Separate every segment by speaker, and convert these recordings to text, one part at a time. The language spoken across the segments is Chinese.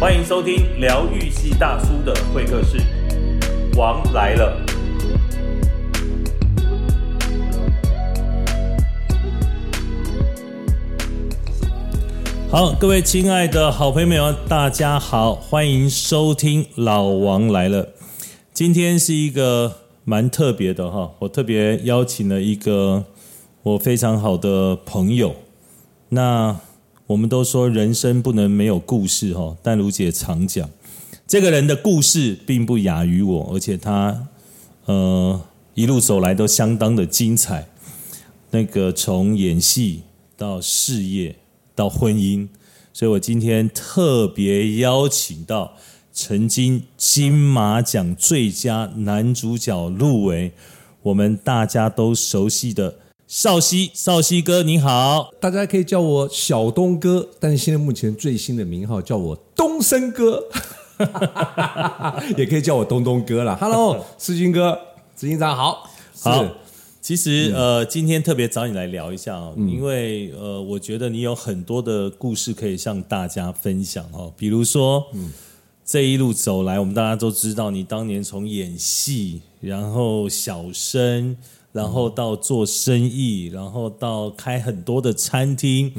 Speaker 1: 欢迎收听疗愈系大叔的会客室，王来了。好，各位亲爱的好朋友，大家好，欢迎收听《老王来了》。今天是一个蛮特别的哈，我特别邀请了一个我非常好的朋友。那我们都说人生不能没有故事哈，但如姐常讲，这个人的故事并不亚于我，而且他呃一路走来都相当的精彩。那个从演戏到事业到婚姻，所以我今天特别邀请到曾经金马奖最佳男主角入围，我们大家都熟悉的少熙，少熙哥你好。
Speaker 2: 大家可以叫我小东哥，但是现在目前最新的名号叫我东升哥， 也可以叫我东东哥啦。Hello，思 军哥，执行长好，
Speaker 1: 好
Speaker 2: 是，
Speaker 1: 其实、呃，今天特别找你来聊一下哦，因为呃，我觉得你有很多的故事可以向大家分享哦，比如说，这一路走来，我们大家都知道，你当年从演戏，然后小生。然后到做生意，然后到开很多的餐厅，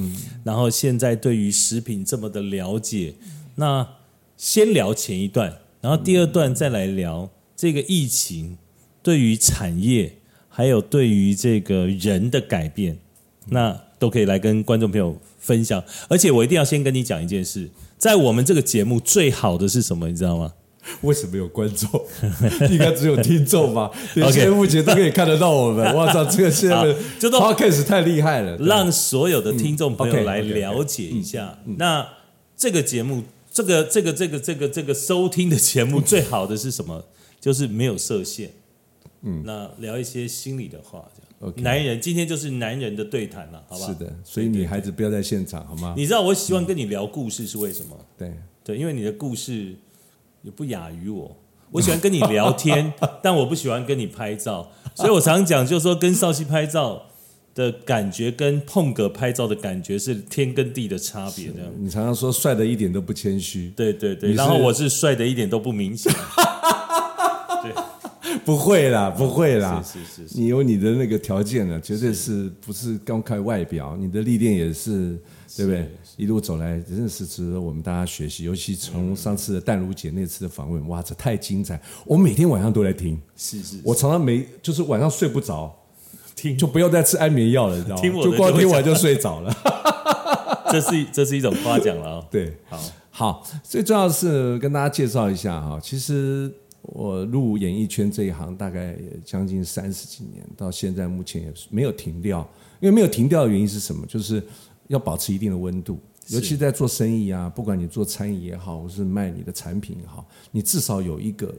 Speaker 1: 然后现在对于食品这么的了解，那先聊前一段，然后第二段再来聊这个疫情对于产业，还有对于这个人的改变，那都可以来跟观众朋友分享。而且我一定要先跟你讲一件事，在我们这个节目最好的是什么，你知道吗？
Speaker 2: 为什么有观众？ 应该只有听众 吧？对
Speaker 1: OK
Speaker 2: 现在目前都可以看得到我 们。我操，这个现在的
Speaker 1: 好这都
Speaker 2: podcast 太厉害了，对嗯
Speaker 1: 让所有的听众朋友
Speaker 2: OK，OK，OK 嗯
Speaker 1: 来了解一下。那这个节目，这个这个这个这个这个收听的节目最好的是什么？就是没有设限。嗯，那聊一些心里的话，这样。
Speaker 2: OK
Speaker 1: 男人今天就是男人的对谈了，好吧？
Speaker 2: 是的，所以女孩子不要在现场好吗？
Speaker 1: 你知道我喜欢跟你聊故事是为什么？
Speaker 2: 对，
Speaker 1: 对，因为你的故事也不亚于我。我喜欢跟你聊天， 但我不喜欢跟你拍照，所以我常讲，就是说跟少熙拍照的感觉跟碰哥拍照的感觉是天跟地的差别，这样。
Speaker 2: 你常常说帅的一点都不谦虚，
Speaker 1: 对对对，
Speaker 2: 你是
Speaker 1: 然后我是帅的一点都不明显，
Speaker 2: 不会啦，不会啦，
Speaker 1: 是是是是，
Speaker 2: 你有你的那个条件了，绝对是不是光看外表，你的历练也是，对不对？一路走来，真的是值得我们大家学习。尤其从上次的淡如姐那次的访问，哇，这太精彩！我每天晚上都来听，
Speaker 1: 是是，
Speaker 2: 我常常没就是晚上睡不着，
Speaker 1: 听
Speaker 2: 就不要再吃安眠药了，你知道
Speaker 1: 听我
Speaker 2: 吗？
Speaker 1: 的
Speaker 2: 就光听完就睡着了。
Speaker 1: 这是这是一种夸奖了哦。
Speaker 2: 对，
Speaker 1: 好，
Speaker 2: 好，最重要的是跟大家介绍一下哈，其实我入演艺圈这一行大概也将近三十几年，到现在目前也是没有停掉，因为没有停掉的原因是什么？就是要保持一定的温度。尤其在做生意啊，不管你做餐饮也好，或是卖你的产品也好，你至少有一个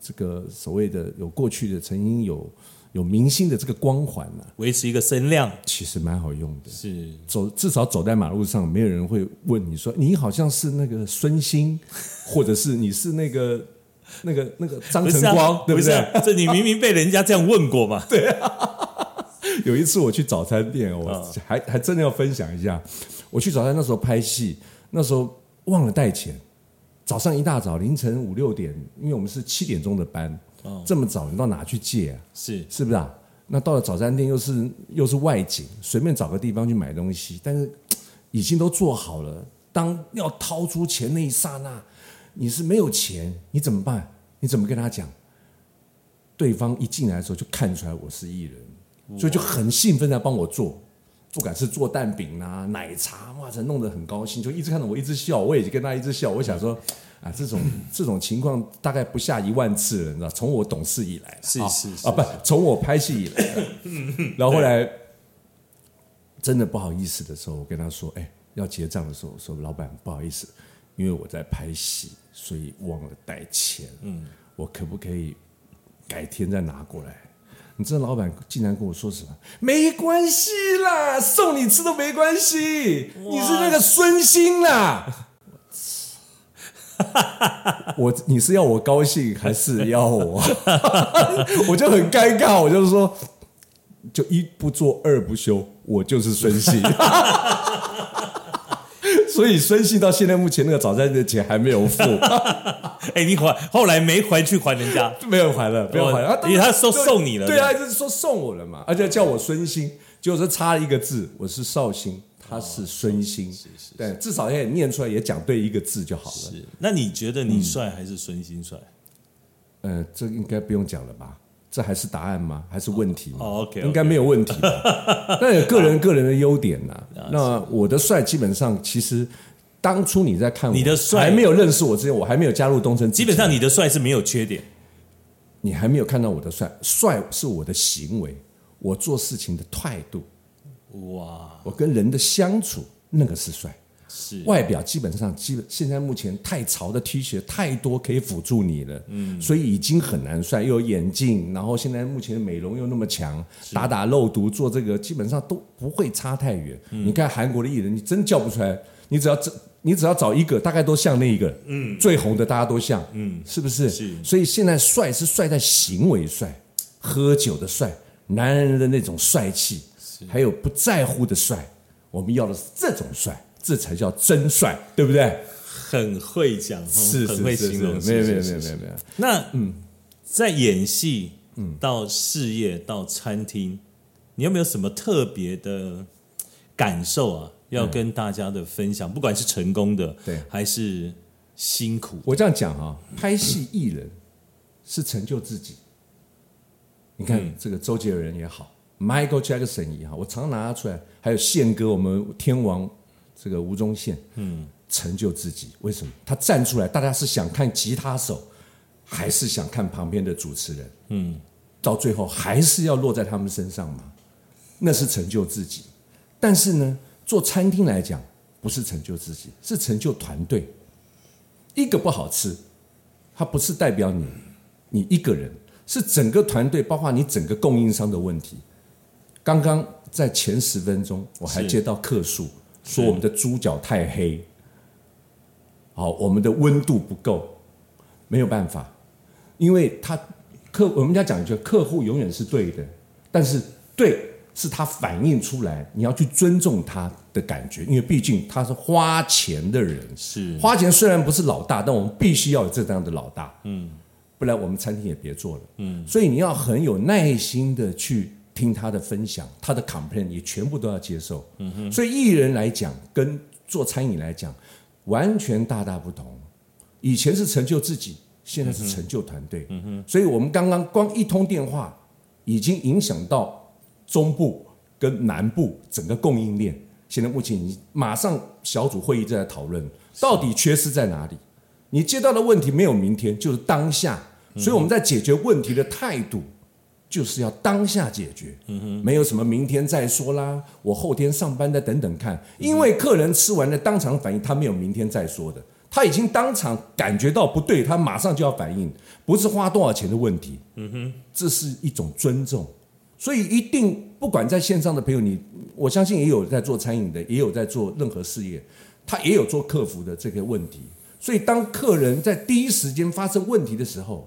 Speaker 2: 这个所谓的有过去的曾经有有明星的这个光环呢、啊，
Speaker 1: 维持一个声量
Speaker 2: 其实蛮好用的。
Speaker 1: 是
Speaker 2: 走至少走在马路上，没有人会问你说你好像是那个孙兴， 或者是你是那个那个那个张
Speaker 1: 不
Speaker 2: 晨
Speaker 1: 是啊
Speaker 2: 光，
Speaker 1: 不
Speaker 2: 对不
Speaker 1: 是
Speaker 2: 对？
Speaker 1: 啊？这你明明被人家这样问过嘛？对，
Speaker 2: 有一次我去早餐店，我还还真的要分享一下，我去早餐那时候拍戏，那时候忘了带钱，早上一大早凌晨五六点，因为我们是七点钟的班，这么早你到哪去借啊？
Speaker 1: 是
Speaker 2: 是不是啊？那到了早餐店又是又是外景，随便找个地方去买东西，但是已经都做好了。当要掏出钱那一刹那，你是没有钱，你怎么办？你怎么跟他讲？对方一进来的时候就看出来我是艺人，所以就很兴奋在帮我做，不管是做蛋饼啊、奶茶，哇塞，弄得很高兴，就一直看着我一直笑，我也跟他一直笑。我想说，
Speaker 1: 嗯
Speaker 2: 啊，这种这种情况大概不下一万次了，你知道，从我懂事以来了，
Speaker 1: 是
Speaker 2: 啊
Speaker 1: 是是
Speaker 2: 啊，不，从我拍戏以来 了，然后后来真的不好意思的时候，我跟他说，哎，要结账的时候，我说老板不好意思，因为我在拍戏，所以忘了带钱，嗯，我可不可以改天再拿过来？你知道老板竟然跟我说什么？没关系啦，送你吃都没关系。你是那个孙兴啦，我 你是要我高兴还是要我？ 我就很尴尬，我就说，就一不做二不休，我就是孙兴。 所以孙信到现在目前那个早餐的钱还没有付，
Speaker 1: 哎，你还后来没还去还人家，
Speaker 2: 没有还了，没有还了。啊
Speaker 1: 哦因为他说
Speaker 2: 对
Speaker 1: 送你了
Speaker 2: 对啊，就是说送我了嘛，而且叫我孙兴，就是差一个字，我是绍兴，他是孙
Speaker 1: 哦
Speaker 2: 兴，对，至少也念出来，也讲对一个字就好了。
Speaker 1: 是，嗯那你觉得你帅还是孙兴帅？
Speaker 2: 呃，这应该不用讲了吧？这还是答案吗？还是问题吗？
Speaker 1: 哦，OK，OK
Speaker 2: 应该没有问题吧。 那有个人个人的优点呐、那我的帅基本上其实当初你在看我
Speaker 1: 你的帅
Speaker 2: 还没有认识我之前，我还没有加入东森之
Speaker 1: 基
Speaker 2: 前，
Speaker 1: 本上你的帅是没有缺点，
Speaker 2: 你还没有看到我的帅。帅是我的行为，我做事情的态度，
Speaker 1: 哇，
Speaker 2: 我跟人的相处，那个是帅。
Speaker 1: 是
Speaker 2: 外表基本上基本现在目前太潮的 T 恤太多可以辅助你了，嗯，所以已经很难帅，又有眼镜，然后现在目前的美容又那么强，打打肉毒做这个基本上都不会差太远。你看韩国的艺人，你真叫不出来，你只要这。你只要找一个，大概都像那一个，嗯，最红的大家都像，嗯，是不是？
Speaker 1: 是
Speaker 2: 所以现在帅是帅在行为帅，喝酒的帅，男人的那种帅气，还有不在乎的帅，我们要的是这种帅，这才叫真帅，对不对？
Speaker 1: 很会讲，嗯哦很会形容，
Speaker 2: 没有没有
Speaker 1: 是
Speaker 2: 没
Speaker 1: 是是
Speaker 2: 有没有没有。
Speaker 1: 那嗯，在演戏，嗯，到事业，到餐厅，你有没有什么特别的感受啊？要跟大家的分享，不管是成功的，
Speaker 2: 嗯对
Speaker 1: 还是辛苦，
Speaker 2: 我这样讲啊，拍戏艺人是成就自己。你看、
Speaker 1: 嗯
Speaker 2: 这个周杰伦也好，Michael Jackson 也好，我常拿他出来，还有宪哥，我们天王这个吴宗宪，嗯，成就自己。为什么？他站出来，大家是想看吉他手，还是想看旁边的主持人？嗯，到最后还是要落在他们身上嘛，那是成就自己。但是呢，做餐厅来讲，不是成就自己，是成就团队。一个不好吃，它不是代表你你一个人，是整个团队，包括你整个供应商的问题。刚刚在前十分钟，我还
Speaker 1: 是
Speaker 2: 接到客诉，
Speaker 1: 是
Speaker 2: 说我们的猪脚太黑，好，我们的温度不够，没有办法，因为他客我们要讲一句，客户永远是对的，但是对是他反映出来，你要去尊重他的感觉，因为毕竟他是花钱的人，
Speaker 1: 是
Speaker 2: 花钱虽然不是老大，但我们必须要有这样的老大，嗯，不然我们餐厅也别做了，嗯，所以你要很有耐心的去听他的分享，他的 complaint 也全部都要接受，嗯哼，所以艺人来讲跟做餐饮来讲完全大大不同，以前是成就自己，现在是成就团队，嗯哼，所以我们刚刚光一通电话已经影响到中部跟南部整个供应链，现在目前已经马上小组会议正在讨论，到底缺失在哪里？你接到的问题没有明天，就是当下，所以我们在解决问题的态度。就是要当下解决，没有什么明天再说啦，我后天上班再等等看。因为客人吃完了当场反应，他没有明天再说的，他已经当场感觉到不对，他马上就要反应，不是花多少钱的问题，这是一种尊重。所以一定不管在线上的朋友，你我相信也有在做餐饮的，也有在做任何事业，他也有做客服的这个问题。所以当客人在第一时间发生问题的时候，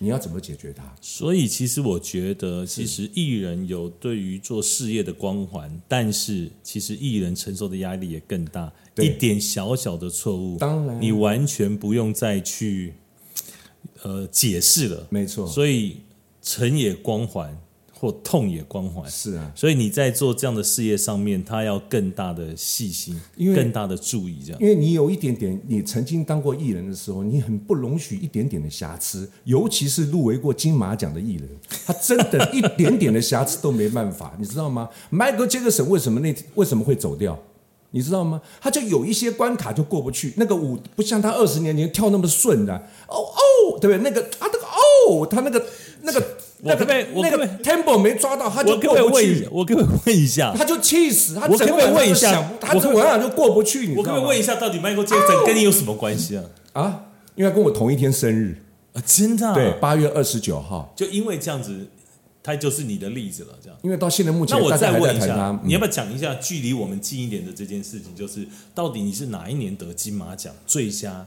Speaker 2: 你要怎么解决它？
Speaker 1: 所以其实我觉得，其实艺人有对于做事业的光环，但是其实艺人承受的压力也更大。
Speaker 2: 对
Speaker 1: 一点小小的错误，
Speaker 2: 当然
Speaker 1: 你完全不用再去呃解释了。
Speaker 2: 没错，
Speaker 1: 所以成也光环，或痛也光环。
Speaker 2: 是啊。
Speaker 1: 所以你在做这样的事业上面，他要更大的细心，
Speaker 2: 因为
Speaker 1: 更大的注意，这样
Speaker 2: 因为你有一点点，你曾经当过艺人的时候，你很不容许一点点的瑕疵，尤其是入围过金马奖的艺人，他真的一点点的瑕疵都没办法， 你知道吗？Michael Jackson 为什么那为什么会走掉？你知道吗？他就有一些关卡就过不去，那个舞不像他二十年前跳那么顺的、哦哦，对不对？那个啊，那个哦，他那个那个
Speaker 1: 我
Speaker 2: 那个
Speaker 1: 可不可以我
Speaker 2: 那
Speaker 1: 可不
Speaker 2: 个 tempo 没抓到，他
Speaker 1: 我
Speaker 2: 就
Speaker 1: 可不可以
Speaker 2: 过不
Speaker 1: 问一
Speaker 2: 去
Speaker 1: 下，？我可不可以问一 下？
Speaker 2: 他就气死，他
Speaker 1: 我可
Speaker 2: 整
Speaker 1: 不
Speaker 2: 个
Speaker 1: 可以
Speaker 2: 晚上
Speaker 1: 问一
Speaker 2: 就
Speaker 1: 下
Speaker 2: 想不他
Speaker 1: 我
Speaker 2: 整
Speaker 1: 可
Speaker 2: 个晚上就过不去，你
Speaker 1: 我
Speaker 2: 知
Speaker 1: 可不
Speaker 2: 道
Speaker 1: 可以
Speaker 2: 吗
Speaker 1: 问一下，到底 Michael Jackson 跟你有什么关系啊？
Speaker 2: 啊，因为他跟我同一天生日，
Speaker 1: 啊，真的、啊？
Speaker 2: 对，，八月二十九号。
Speaker 1: 就因为这样子，他就是你的例子了，这样。
Speaker 2: 因为到现在目前
Speaker 1: 那，我
Speaker 2: 大家
Speaker 1: 再
Speaker 2: 还
Speaker 1: 问
Speaker 2: 在
Speaker 1: 一
Speaker 2: 谈他
Speaker 1: 下，，
Speaker 2: 嗯
Speaker 1: 你要不要讲一下距离我们近一点的这件事情？就是到底你是哪一年得金马奖最佳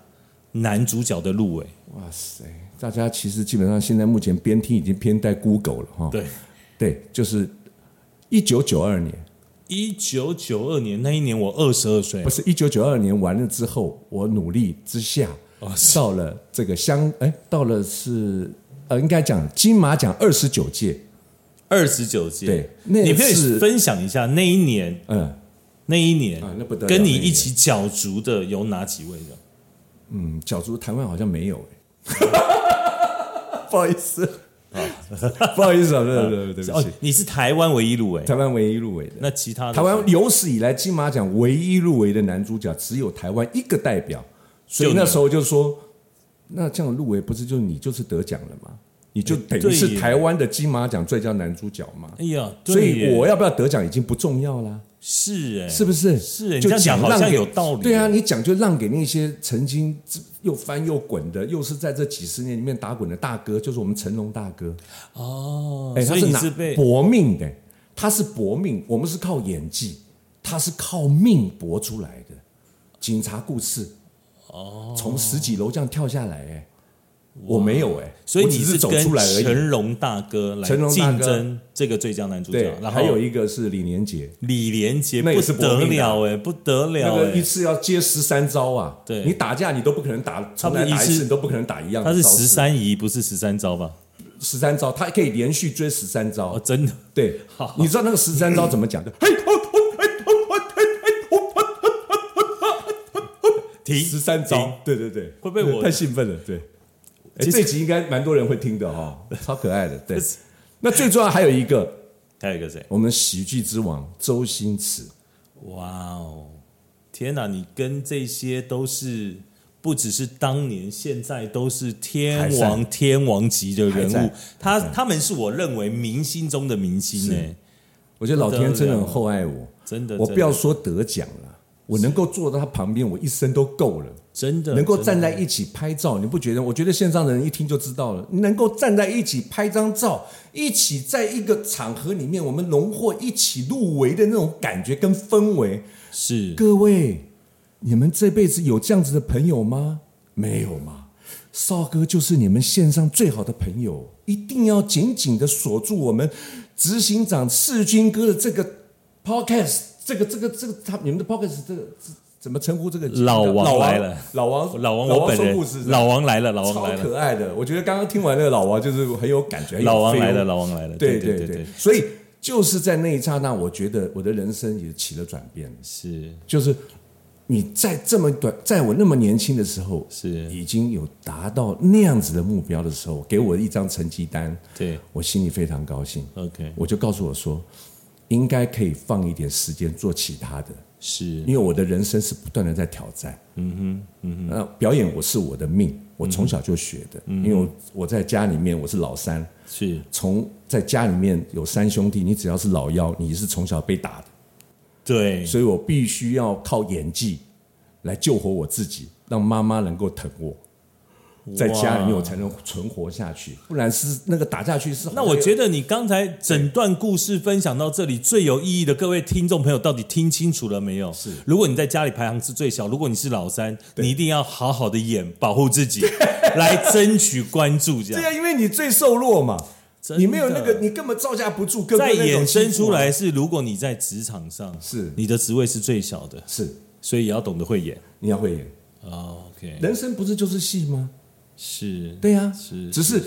Speaker 1: 男主角的入围？
Speaker 2: 哇塞，大家其实基本上现在目前边听已经偏带 Google 了哈。
Speaker 1: 对，哎
Speaker 2: 对，就是一九九二年
Speaker 1: 一九九二年那一年我二十二岁
Speaker 2: 不，是一九九二年完了之后，我努力之下，
Speaker 1: 哦
Speaker 2: 到了这个香，哎，到了是呃，应该讲金马奖二十九届，
Speaker 1: 二十九届。
Speaker 2: 对那
Speaker 1: 你可以
Speaker 2: 是
Speaker 1: 分享一下那一年
Speaker 2: 嗯，
Speaker 1: 那一年
Speaker 2: 啊那不得了
Speaker 1: 跟你
Speaker 2: 那一年
Speaker 1: 一起角逐的有哪几位的？
Speaker 2: 嗯，角逐台湾好像没有、哎不好意思，不好意思啊，对对对，对不
Speaker 1: 哦
Speaker 2: 起，，
Speaker 1: 你是台湾唯一入围，
Speaker 2: 台湾唯一入围的，
Speaker 1: 那其他的
Speaker 2: 台湾
Speaker 1: 是
Speaker 2: 有史以来金马奖唯一入围的男主角只有台湾一个代表，所以
Speaker 1: 就你
Speaker 2: 那时候就说，那这样入围不是就你就是得奖了吗？你就等于
Speaker 1: 对
Speaker 2: 是
Speaker 1: 耶
Speaker 2: 台湾的金马奖最佳男主角嘛，
Speaker 1: 哎呀，
Speaker 2: 所以
Speaker 1: 对耶
Speaker 2: 我要不要得奖已经不重要啦，
Speaker 1: 是哎，
Speaker 2: 是不是？
Speaker 1: 是耶，你
Speaker 2: 就
Speaker 1: 这样讲
Speaker 2: 讲
Speaker 1: 好
Speaker 2: 让
Speaker 1: 像
Speaker 2: 给
Speaker 1: 有道理。
Speaker 2: 对啊，，你讲就让给那些曾经又翻又滚的，又是在这几十年里面打滚的大哥，就是我们成龙大哥。
Speaker 1: 哦，
Speaker 2: 哎、
Speaker 1: 所
Speaker 2: 他
Speaker 1: 以你
Speaker 2: 拿
Speaker 1: 是被
Speaker 2: 搏命的，他是搏命，我们是靠演技，他是靠命搏出来的。警察故事，哦，从十几楼这样跳下来、哎，我没有哎、
Speaker 1: 所以
Speaker 2: 我
Speaker 1: 你
Speaker 2: 只是走
Speaker 1: 跟
Speaker 2: 出来而已。
Speaker 1: 成龙大哥来
Speaker 2: 成龙大
Speaker 1: 竞
Speaker 2: 哥
Speaker 1: 争这个最佳男主角
Speaker 2: 对，，
Speaker 1: 然后
Speaker 2: 还有一个是李连杰，
Speaker 1: 李连杰
Speaker 2: 那
Speaker 1: 不
Speaker 2: 也是搏
Speaker 1: 得
Speaker 2: 命的
Speaker 1: 了哎，不得
Speaker 2: 那
Speaker 1: 了
Speaker 2: 个一
Speaker 1: 哎，
Speaker 2: 次要接十三招啊！
Speaker 1: 对
Speaker 2: 你打架你都不可能打，
Speaker 1: 差
Speaker 2: 从
Speaker 1: 不多
Speaker 2: 来
Speaker 1: 一
Speaker 2: 打一
Speaker 1: 次
Speaker 2: 次你都不可能打一样的
Speaker 1: 他
Speaker 2: 招式。
Speaker 1: 是十三姨，不是十三招吧？
Speaker 2: 十三招，他可以连续追十三招
Speaker 1: 哦，。真的，
Speaker 2: 对，你知道那个十三招怎么讲的？嘿，
Speaker 1: 停
Speaker 2: 十三
Speaker 1: 停
Speaker 2: 招，对对对，
Speaker 1: 会不会我
Speaker 2: 太兴奋了？对，哎
Speaker 1: 其实
Speaker 2: 这集应该蛮多人会听的哈，超可爱的。 对，那最重要还有一个，
Speaker 1: 还有一个谁？
Speaker 2: 我们喜剧之王周星驰，
Speaker 1: 哇哦，天哪！你跟这些都是不只是当年，现在都是天
Speaker 2: 还
Speaker 1: 王天王级的人
Speaker 2: 还
Speaker 1: 物
Speaker 2: 在。
Speaker 1: 他他们是我认为明星中的明星呢、
Speaker 2: 我觉得老天真的很厚爱我，
Speaker 1: 真的，
Speaker 2: 我不要
Speaker 1: 真的
Speaker 2: 说得奖了，我能够坐在他旁边，我一生都够了。
Speaker 1: 真的
Speaker 2: 能够
Speaker 1: 真
Speaker 2: 站在一起拍照，你不觉得？我觉得线上的人一听就知道了。能够站在一起拍张照，一起在一个场合里面，我们荣获一起入围的那种感觉跟氛围，
Speaker 1: 的是
Speaker 2: 各位，你们这辈子有这样子的朋友吗？没有嘛。少哥就是你们线上最好的朋友，一定要紧紧的锁住我们执行长世军哥的这个 podcast，这个这个这个他你们的 podcast 这个这怎么称呼这个节目
Speaker 1: 老王
Speaker 2: 老王
Speaker 1: 来了，
Speaker 2: 老王
Speaker 1: 老王，我本
Speaker 2: 说
Speaker 1: 人
Speaker 2: 故事是吧
Speaker 1: 老王来了，老王
Speaker 2: 超
Speaker 1: 来了，
Speaker 2: 可爱的，我觉得刚刚听完那个老王就是很有感觉，很有
Speaker 1: 老王
Speaker 2: feel
Speaker 1: 来了，老王来了，
Speaker 2: 哦对
Speaker 1: 对
Speaker 2: 对
Speaker 1: 对
Speaker 2: 对，，所以就是在那一刹那，我觉得我的人生也起了转变，
Speaker 1: 是
Speaker 2: 就是你在这么短，在我那么年轻的时候，
Speaker 1: 是
Speaker 2: 已经有达到那样子的目标的时候，给我一张成绩单，
Speaker 1: 对
Speaker 2: 我心里非常高兴，
Speaker 1: ，OK，
Speaker 2: 我就告诉我说，应该可以放一点时间做其他的，
Speaker 1: 是
Speaker 2: 因为我的人生是不断的在挑战。嗯哼，嗯哼，嗯那表演我是我的命，我从小就学的，因为我我在家里面我是老三，
Speaker 1: 是
Speaker 2: 从在家里面有三兄弟，你只要是老幺，你是从小被打的，
Speaker 1: 对，
Speaker 2: 所以我必须要靠演技来救活我自己，让妈妈能够疼我。在家里面，我才能存活下去，不然是那个打下去是。
Speaker 1: 那我觉得你刚才整段故事分享到这里，最有意义的各位听众朋友，到底听清楚了没有？是，如果你在家里排行是最小，如果你是老三，你一定要好好的演，保护自己， 来争取关注，这
Speaker 2: 对
Speaker 1: 样。
Speaker 2: 啊，因为你最瘦弱嘛，
Speaker 1: 真的
Speaker 2: 你没有那个，你根本招架不住。哥哥
Speaker 1: 再
Speaker 2: 那种
Speaker 1: 衍生
Speaker 2: 欺负
Speaker 1: 出
Speaker 2: 啊
Speaker 1: 来是，如果你在职场上，
Speaker 2: 是
Speaker 1: 你的职位是最小的，
Speaker 2: 是，
Speaker 1: 所以也要懂得会演。
Speaker 2: 你要会演。
Speaker 1: 哦 OK，
Speaker 2: 人生不是就是戏吗？
Speaker 1: 是，
Speaker 2: 对呀、
Speaker 1: 是，
Speaker 2: 只是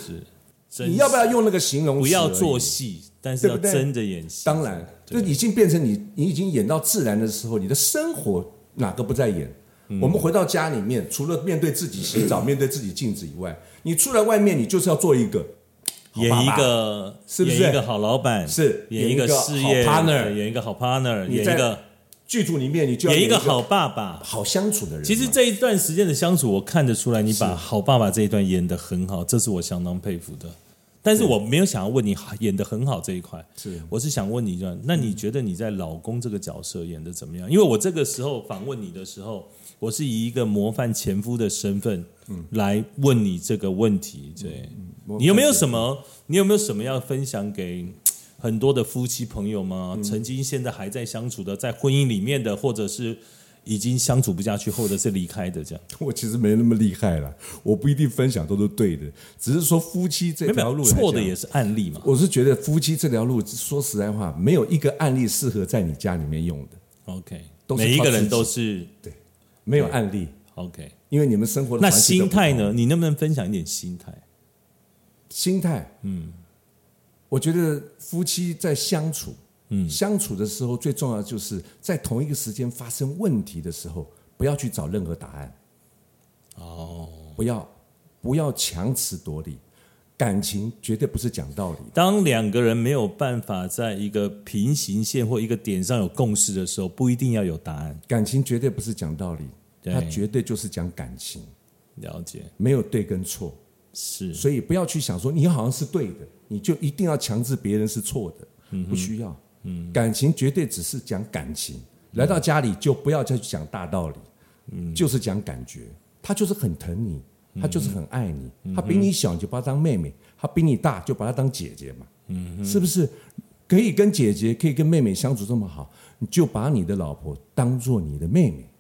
Speaker 1: 真
Speaker 2: 你要不要用那个形容词？
Speaker 1: 不要做。戏，但是要
Speaker 2: 对不对
Speaker 1: 真的演戏。
Speaker 2: 当然，就已经变成你，你已经演到自然的时候，你的生活哪个不在演？
Speaker 1: 嗯
Speaker 2: 我们回到家里面，除了面对自己洗澡、面对自己镜子以外，你出来外面，你就是要做一个好
Speaker 1: 演
Speaker 2: 爸
Speaker 1: 一
Speaker 2: 爸
Speaker 1: 个
Speaker 2: 是不是
Speaker 1: 演一个好老板，
Speaker 2: 是
Speaker 1: 演一
Speaker 2: 演一个好
Speaker 1: 事业
Speaker 2: partner
Speaker 1: 演一个好 partner，
Speaker 2: 你
Speaker 1: 演
Speaker 2: 在
Speaker 1: 一个
Speaker 2: 剧组里面，你就要
Speaker 1: 演一
Speaker 2: 个
Speaker 1: 个好爸爸。
Speaker 2: 好相处的人嘛。
Speaker 1: 其实这一段时间的相处，我看得出来，你把好爸爸这一段演得很好，这是我相当佩服的。但是我没有想要问你演得很好这一块，
Speaker 2: 是
Speaker 1: 我是想问你一段，那你觉得你在老公这个角色演得怎么样？因为我这个时候访问你的时候，我是以一个模范前夫的身份，
Speaker 2: 嗯
Speaker 1: 来问你这个问题。对，你有没有什么？你有没有什么要分享给很
Speaker 2: 嗯
Speaker 1: 多的夫妻朋友吗？曾经、现在还在相处的，在婚姻里面的，或者是已经相处不下去，或者是离开的这样。
Speaker 2: 我其实没那么厉害啦，我不一定分享都是对的，只是说夫妻这
Speaker 1: 没
Speaker 2: 条
Speaker 1: 有
Speaker 2: 路
Speaker 1: 错的
Speaker 2: 也。
Speaker 1: 也是案例嘛。
Speaker 2: 我是觉得夫妻这条路，说实在话，没有一个案例适合在你家里面用的，
Speaker 1: OK，
Speaker 2: 都是靠
Speaker 1: 每一个人都是
Speaker 2: 没有案例，
Speaker 1: OK。
Speaker 2: 因为你们生活的
Speaker 1: 那
Speaker 2: 环境都
Speaker 1: 心
Speaker 2: 不同
Speaker 1: 态？呢？你能不能分享一点心态？
Speaker 2: 心态，嗯，我觉得夫妻在相处，嗯，相处的时候最重要的就是在同一个时间发生问题的时候，不要去找任何答案，哦，不要不要强词夺理，感情绝对不是讲道理。
Speaker 1: 当两个人没有办法在一个平行线或一个点上有共识的时候，不一定要有答案。
Speaker 2: 感情绝对不是讲道理，
Speaker 1: 对
Speaker 2: 它绝对就是讲感情，
Speaker 1: 了解，
Speaker 2: 没有对跟错。
Speaker 1: 是
Speaker 2: 所以不要去想说你好像是对的，你就一定要强制别人是错的，不需要。感情绝对只是讲感情，来到家里就不要再去讲大道理，就是讲感觉。他就是很疼你，他就是很爱你，他比你小你就把他当妹妹，他比你大就把他当姐姐嘛，是不是？可以跟姐姐，可以跟妹妹相处这么好，你就把你的老婆当做你的妹妹，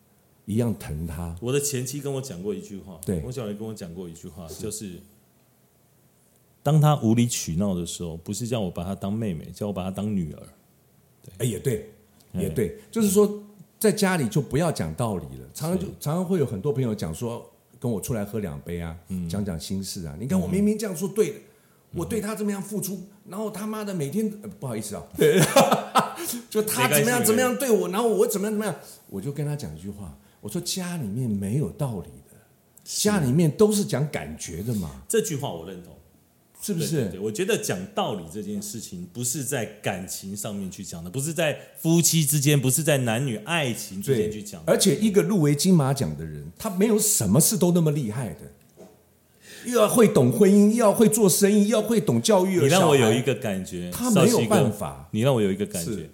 Speaker 2: 一样疼她。
Speaker 1: 我的前妻跟我讲过一句话，
Speaker 2: 对
Speaker 1: 我小姨跟我讲过一句话，就是当她无理取闹的时候，不是叫我把她当妹妹，叫我把她当女儿。
Speaker 2: 哎，也对，
Speaker 1: 嗯
Speaker 2: 也对，就是说在家里就不要讲道理了。常常就常常会有很多朋友讲说，跟我出来喝两杯啊，
Speaker 1: 嗯
Speaker 2: 讲讲心事啊。你看我明明这样说对的，我对他这么样付出，然后他妈的每天、呃不好意思啊， 就他
Speaker 1: 没关系没
Speaker 2: 怎么
Speaker 1: 关
Speaker 2: 样
Speaker 1: 系
Speaker 2: 怎么样对我，然后我怎么样怎么样，我就跟他讲一句话，我说家里面没有道理的，家里面都是讲感觉的嘛，
Speaker 1: 这句话我认同，
Speaker 2: 是不
Speaker 1: 对对
Speaker 2: 是？
Speaker 1: 对我觉得讲道理这件事情，不是在感情上面去讲的，不是在夫妻之间，不是在男女爱情之间去讲的。
Speaker 2: 而且一个入围金马奖的人，他没有什么事都那么厉害的，又要会懂婚姻，又要会做生意，又要会懂教育。
Speaker 1: 你让我有一
Speaker 2: 个，
Speaker 1: 个感觉，
Speaker 2: 他
Speaker 1: 少
Speaker 2: 没有
Speaker 1: 奇哥
Speaker 2: 办法。
Speaker 1: 你让我有一个感觉
Speaker 2: 是，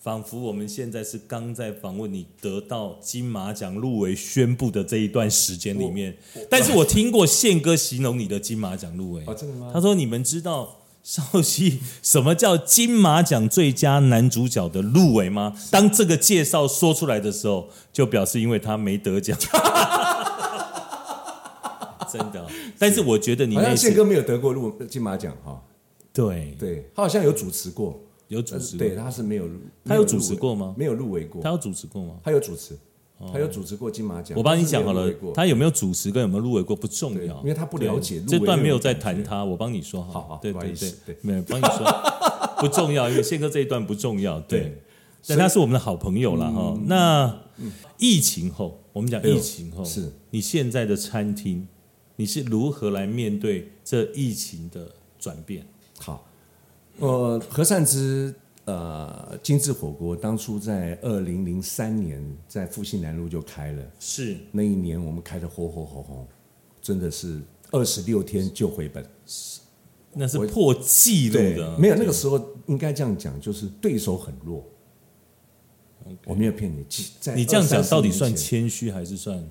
Speaker 1: 仿佛我们现在是刚在访问你得到金马奖入围宣布的这一段时间里面，但是我听过宪哥形容你的金马奖入围，
Speaker 2: 哦真的吗
Speaker 1: 他说你们知道。少熙，什么叫金马奖最佳男主角的入围吗？当这个介绍说出来的时候，就表示因为他没得 奖。真的哦、但是我觉得你
Speaker 2: 好
Speaker 1: 那
Speaker 2: 像宪
Speaker 1: 次
Speaker 2: 哥没有得过入金马奖哈，
Speaker 1: 对
Speaker 2: 对他好像有主持过，
Speaker 1: 有嗯主
Speaker 2: 但
Speaker 1: 持
Speaker 2: 是
Speaker 1: 过
Speaker 2: 对，他是没有入，
Speaker 1: 他
Speaker 2: 没
Speaker 1: 有
Speaker 2: 入围
Speaker 1: 主持过吗
Speaker 2: 没有入围过
Speaker 1: 他，有主持过吗？
Speaker 2: 他有主持，他有主持过金马奖。
Speaker 1: 我帮你
Speaker 2: 但是
Speaker 1: 讲
Speaker 2: 没有
Speaker 1: 好了
Speaker 2: 入围过，
Speaker 1: 他有没有主持跟有没有入围过不重
Speaker 2: 对
Speaker 1: 要，
Speaker 2: 因为他不了解
Speaker 1: 对
Speaker 2: 入
Speaker 1: 这
Speaker 2: 围
Speaker 1: 段没有
Speaker 2: 那种
Speaker 1: 在
Speaker 2: 感觉
Speaker 1: 谈他，我帮你说好了。
Speaker 2: 好好
Speaker 1: 对
Speaker 2: 不好
Speaker 1: 对
Speaker 2: 意
Speaker 1: 对
Speaker 2: 思，对
Speaker 1: 没有帮你 说不重要，因为宪哥这一段不重要。对
Speaker 2: 对，嗯
Speaker 1: 但他是我们的好朋友啦。哈。那疫情后，我们讲
Speaker 2: 哎呦
Speaker 1: 疫情后，
Speaker 2: 是
Speaker 1: 你现在的餐厅，你是如何来面对这疫情的转变？
Speaker 2: 好，呃，和善之呃精致火锅当初在二零零三年在复兴南路就开了。
Speaker 1: 是
Speaker 2: 那一年我们开的火火红红，真的是二十六天就回本。
Speaker 1: 那是
Speaker 2: 我
Speaker 1: 破纪录的，啊
Speaker 2: 没有那个时候应该这样讲，就是对手很弱。我没有骗你，其在
Speaker 1: 你这样讲
Speaker 2: 20-30
Speaker 1: 到底
Speaker 2: 年
Speaker 1: 算
Speaker 2: 前
Speaker 1: 谦虚还是算？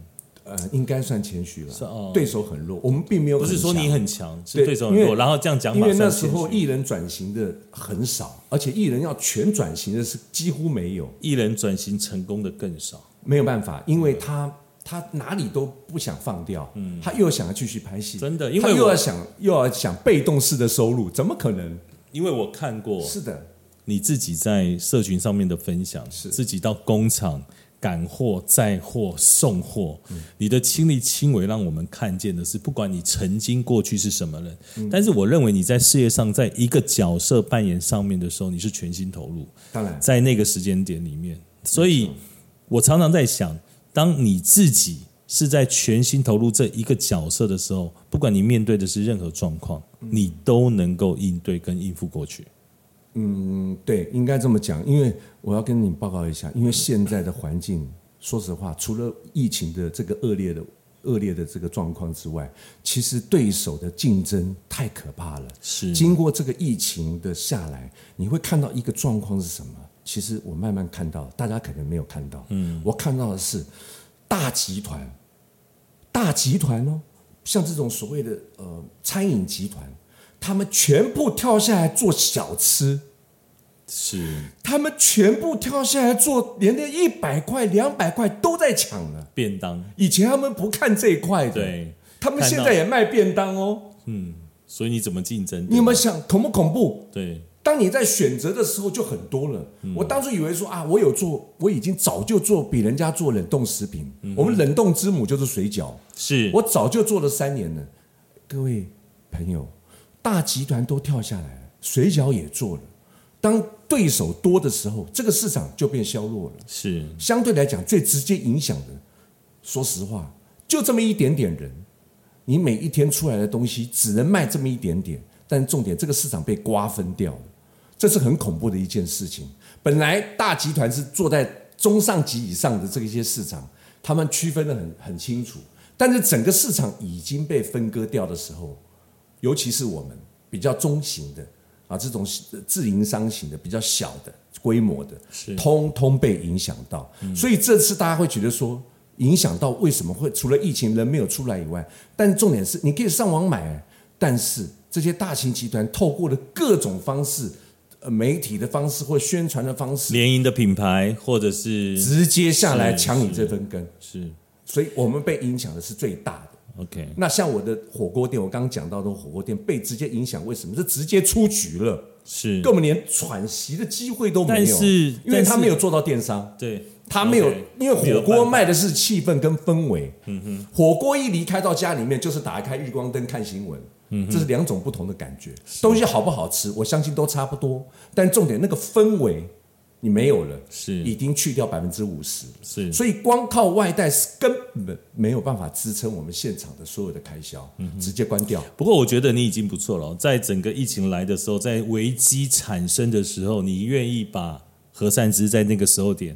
Speaker 2: 呃，应该算谦虚了。
Speaker 1: 算哦
Speaker 2: 对手很弱，我们并没有
Speaker 1: 不是
Speaker 2: 很
Speaker 1: 说你
Speaker 2: 强
Speaker 1: 很强，是
Speaker 2: 对
Speaker 1: 对手很
Speaker 2: 因为
Speaker 1: 弱，然后这样讲
Speaker 2: 因
Speaker 1: 法
Speaker 2: 为那
Speaker 1: 算
Speaker 2: 时
Speaker 1: 谦
Speaker 2: 候
Speaker 1: 虚
Speaker 2: 艺人转型的很少，而且艺人要全转型的是几乎没有。
Speaker 1: 艺人转型成功的更少。
Speaker 2: 没有办法，因为他他哪里都不想放掉，
Speaker 1: 嗯
Speaker 2: 他又想要继续拍戏，
Speaker 1: 真的因为
Speaker 2: 他又
Speaker 1: 我
Speaker 2: 要想又要想被动式的收入，怎么可能？
Speaker 1: 因为我看过
Speaker 2: 是的，
Speaker 1: 你自己在社群上面的分享，
Speaker 2: 是
Speaker 1: 自己到工厂赶货、载货、送货，
Speaker 2: 嗯
Speaker 1: 你的亲力亲为让我们看见的是，不管你曾经过去是什么人，
Speaker 2: 嗯
Speaker 1: 但是我认为你在事业上，在一个角色扮演上面的时候，你是全心投入，
Speaker 2: 当然
Speaker 1: 在那个时间点里面，所以我常常在想，当你自己是在全心投入这一个角色的时候，不管你面对的是任何状况，你都能够应对跟应付过去。
Speaker 2: 嗯对，应该这么讲，因为我要跟你报告一下，因为现在的环境，说实话，除了疫情的这个恶劣的恶劣的这个状况之外，其实对手的竞争太可怕了。
Speaker 1: 是
Speaker 2: 经过这个疫情的下来，你会看到一个状况是什么？其实我慢慢看到，大家可能没有看到。嗯，我看到的是大集团，大集团哦，像这种所谓的呃餐饮集团，他们全部跳下来做小吃，
Speaker 1: 是
Speaker 2: 他们全部跳下来做，连那一百块、两百块都在抢了。
Speaker 1: 便当，
Speaker 2: 以前他们不看这一块的，
Speaker 1: 对，
Speaker 2: 他们
Speaker 1: 看
Speaker 2: 现
Speaker 1: 到
Speaker 2: 在也卖便当哦。
Speaker 1: 嗯，所以你怎么竞争？
Speaker 2: 你有没有
Speaker 1: 们
Speaker 2: 想恐不恐怖？
Speaker 1: 对
Speaker 2: 当你在选择的时候就很多了。我当初以为说啊，我有做，我已经早就做比人家做冷冻食品。我们冷冻之母就是水饺，
Speaker 1: 是
Speaker 2: 我早就做了三年了。各位朋友，大集团都跳下来了，水饺也做了。当对手多的时候，这个市场就变削弱了。
Speaker 1: 是
Speaker 2: 相对来讲，最直接影响的，说实话，就这么一点点人，你每一天出来的东西只能卖这么一点点，但重点，这个市场被瓜分掉了，这是很恐怖的一件事情。本来大集团是坐在中上级以上的这一些市场，他们区分的很很清楚，但是整个市场已经被分割掉的时候，尤其是我们比较中型的啊，这种自营商型的比较小的规模的，
Speaker 1: 是嗯
Speaker 2: 通通被影响到。所以这次大家会觉得说，影响到为什么会除了疫情人没有出来以外，但重点是你可以上网买，啊但是这些大型集团透过了各种方式。呃媒体的方式或宣传的方式，
Speaker 1: 联营的品牌或者是
Speaker 2: 直接下来
Speaker 1: 是
Speaker 2: 抢你这份根，
Speaker 1: 是
Speaker 2: 所以我们被影响的是最大的。
Speaker 1: OK
Speaker 2: 那像我的火锅店，我刚刚讲到的火锅店被直接影响，为什么？是直接出局了，
Speaker 1: 是
Speaker 2: 根本连喘息的机会都没有。
Speaker 1: 嗯但是
Speaker 2: 因为
Speaker 1: 但
Speaker 2: 他
Speaker 1: 是
Speaker 2: 没有做到电商，
Speaker 1: 对，
Speaker 2: 他没有
Speaker 1: OK，
Speaker 2: 因为
Speaker 1: 没有
Speaker 2: 火
Speaker 1: 办
Speaker 2: 锅
Speaker 1: 法
Speaker 2: 卖的是气氛跟氛围。嗯哼，火锅一离开到家里面，就是打开日光灯看新闻。嗯，这是两种不同的感觉。东西好不好吃，我相信都差不多，但重点那个氛围你没有了，
Speaker 1: 是
Speaker 2: 已经去掉百分之五十。
Speaker 1: 是
Speaker 2: 所以光靠外带是根本没有办法支撑我们现场的所有的开销，直接关掉。
Speaker 1: 不过我觉得你已经不错了，哦在整个疫情来的时候，在危机产生的时候，你愿意把何善之在那个时候点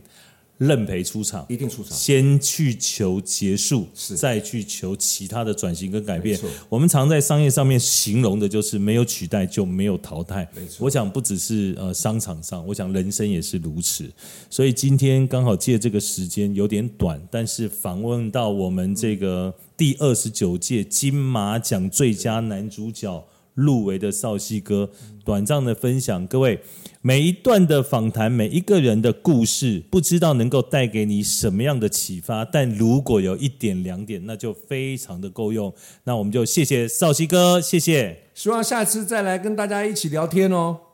Speaker 1: 认赔出场，
Speaker 2: 一定出场，
Speaker 1: 先去求结束，
Speaker 2: 是
Speaker 1: 再去求其他的转型跟改
Speaker 2: 没
Speaker 1: 变
Speaker 2: 错。
Speaker 1: 我们常在商业上面形容的就是没有取代就没有淘汰。
Speaker 2: 没错
Speaker 1: 我想不只是呃商场上，我想人生也是如此。所以今天刚好借这个时间有点短，但是访问到我们这个第二十九届金马奖最佳男主角入围的少熙哥，短暂的分享各位。每一段的访谈，每一个人的故事，不知道能够带给你什么样的启发，但如果有一点两点，那就非常的够用。那我们就谢谢少熙哥，谢谢。
Speaker 2: 希望下次再来跟大家一起聊天哦。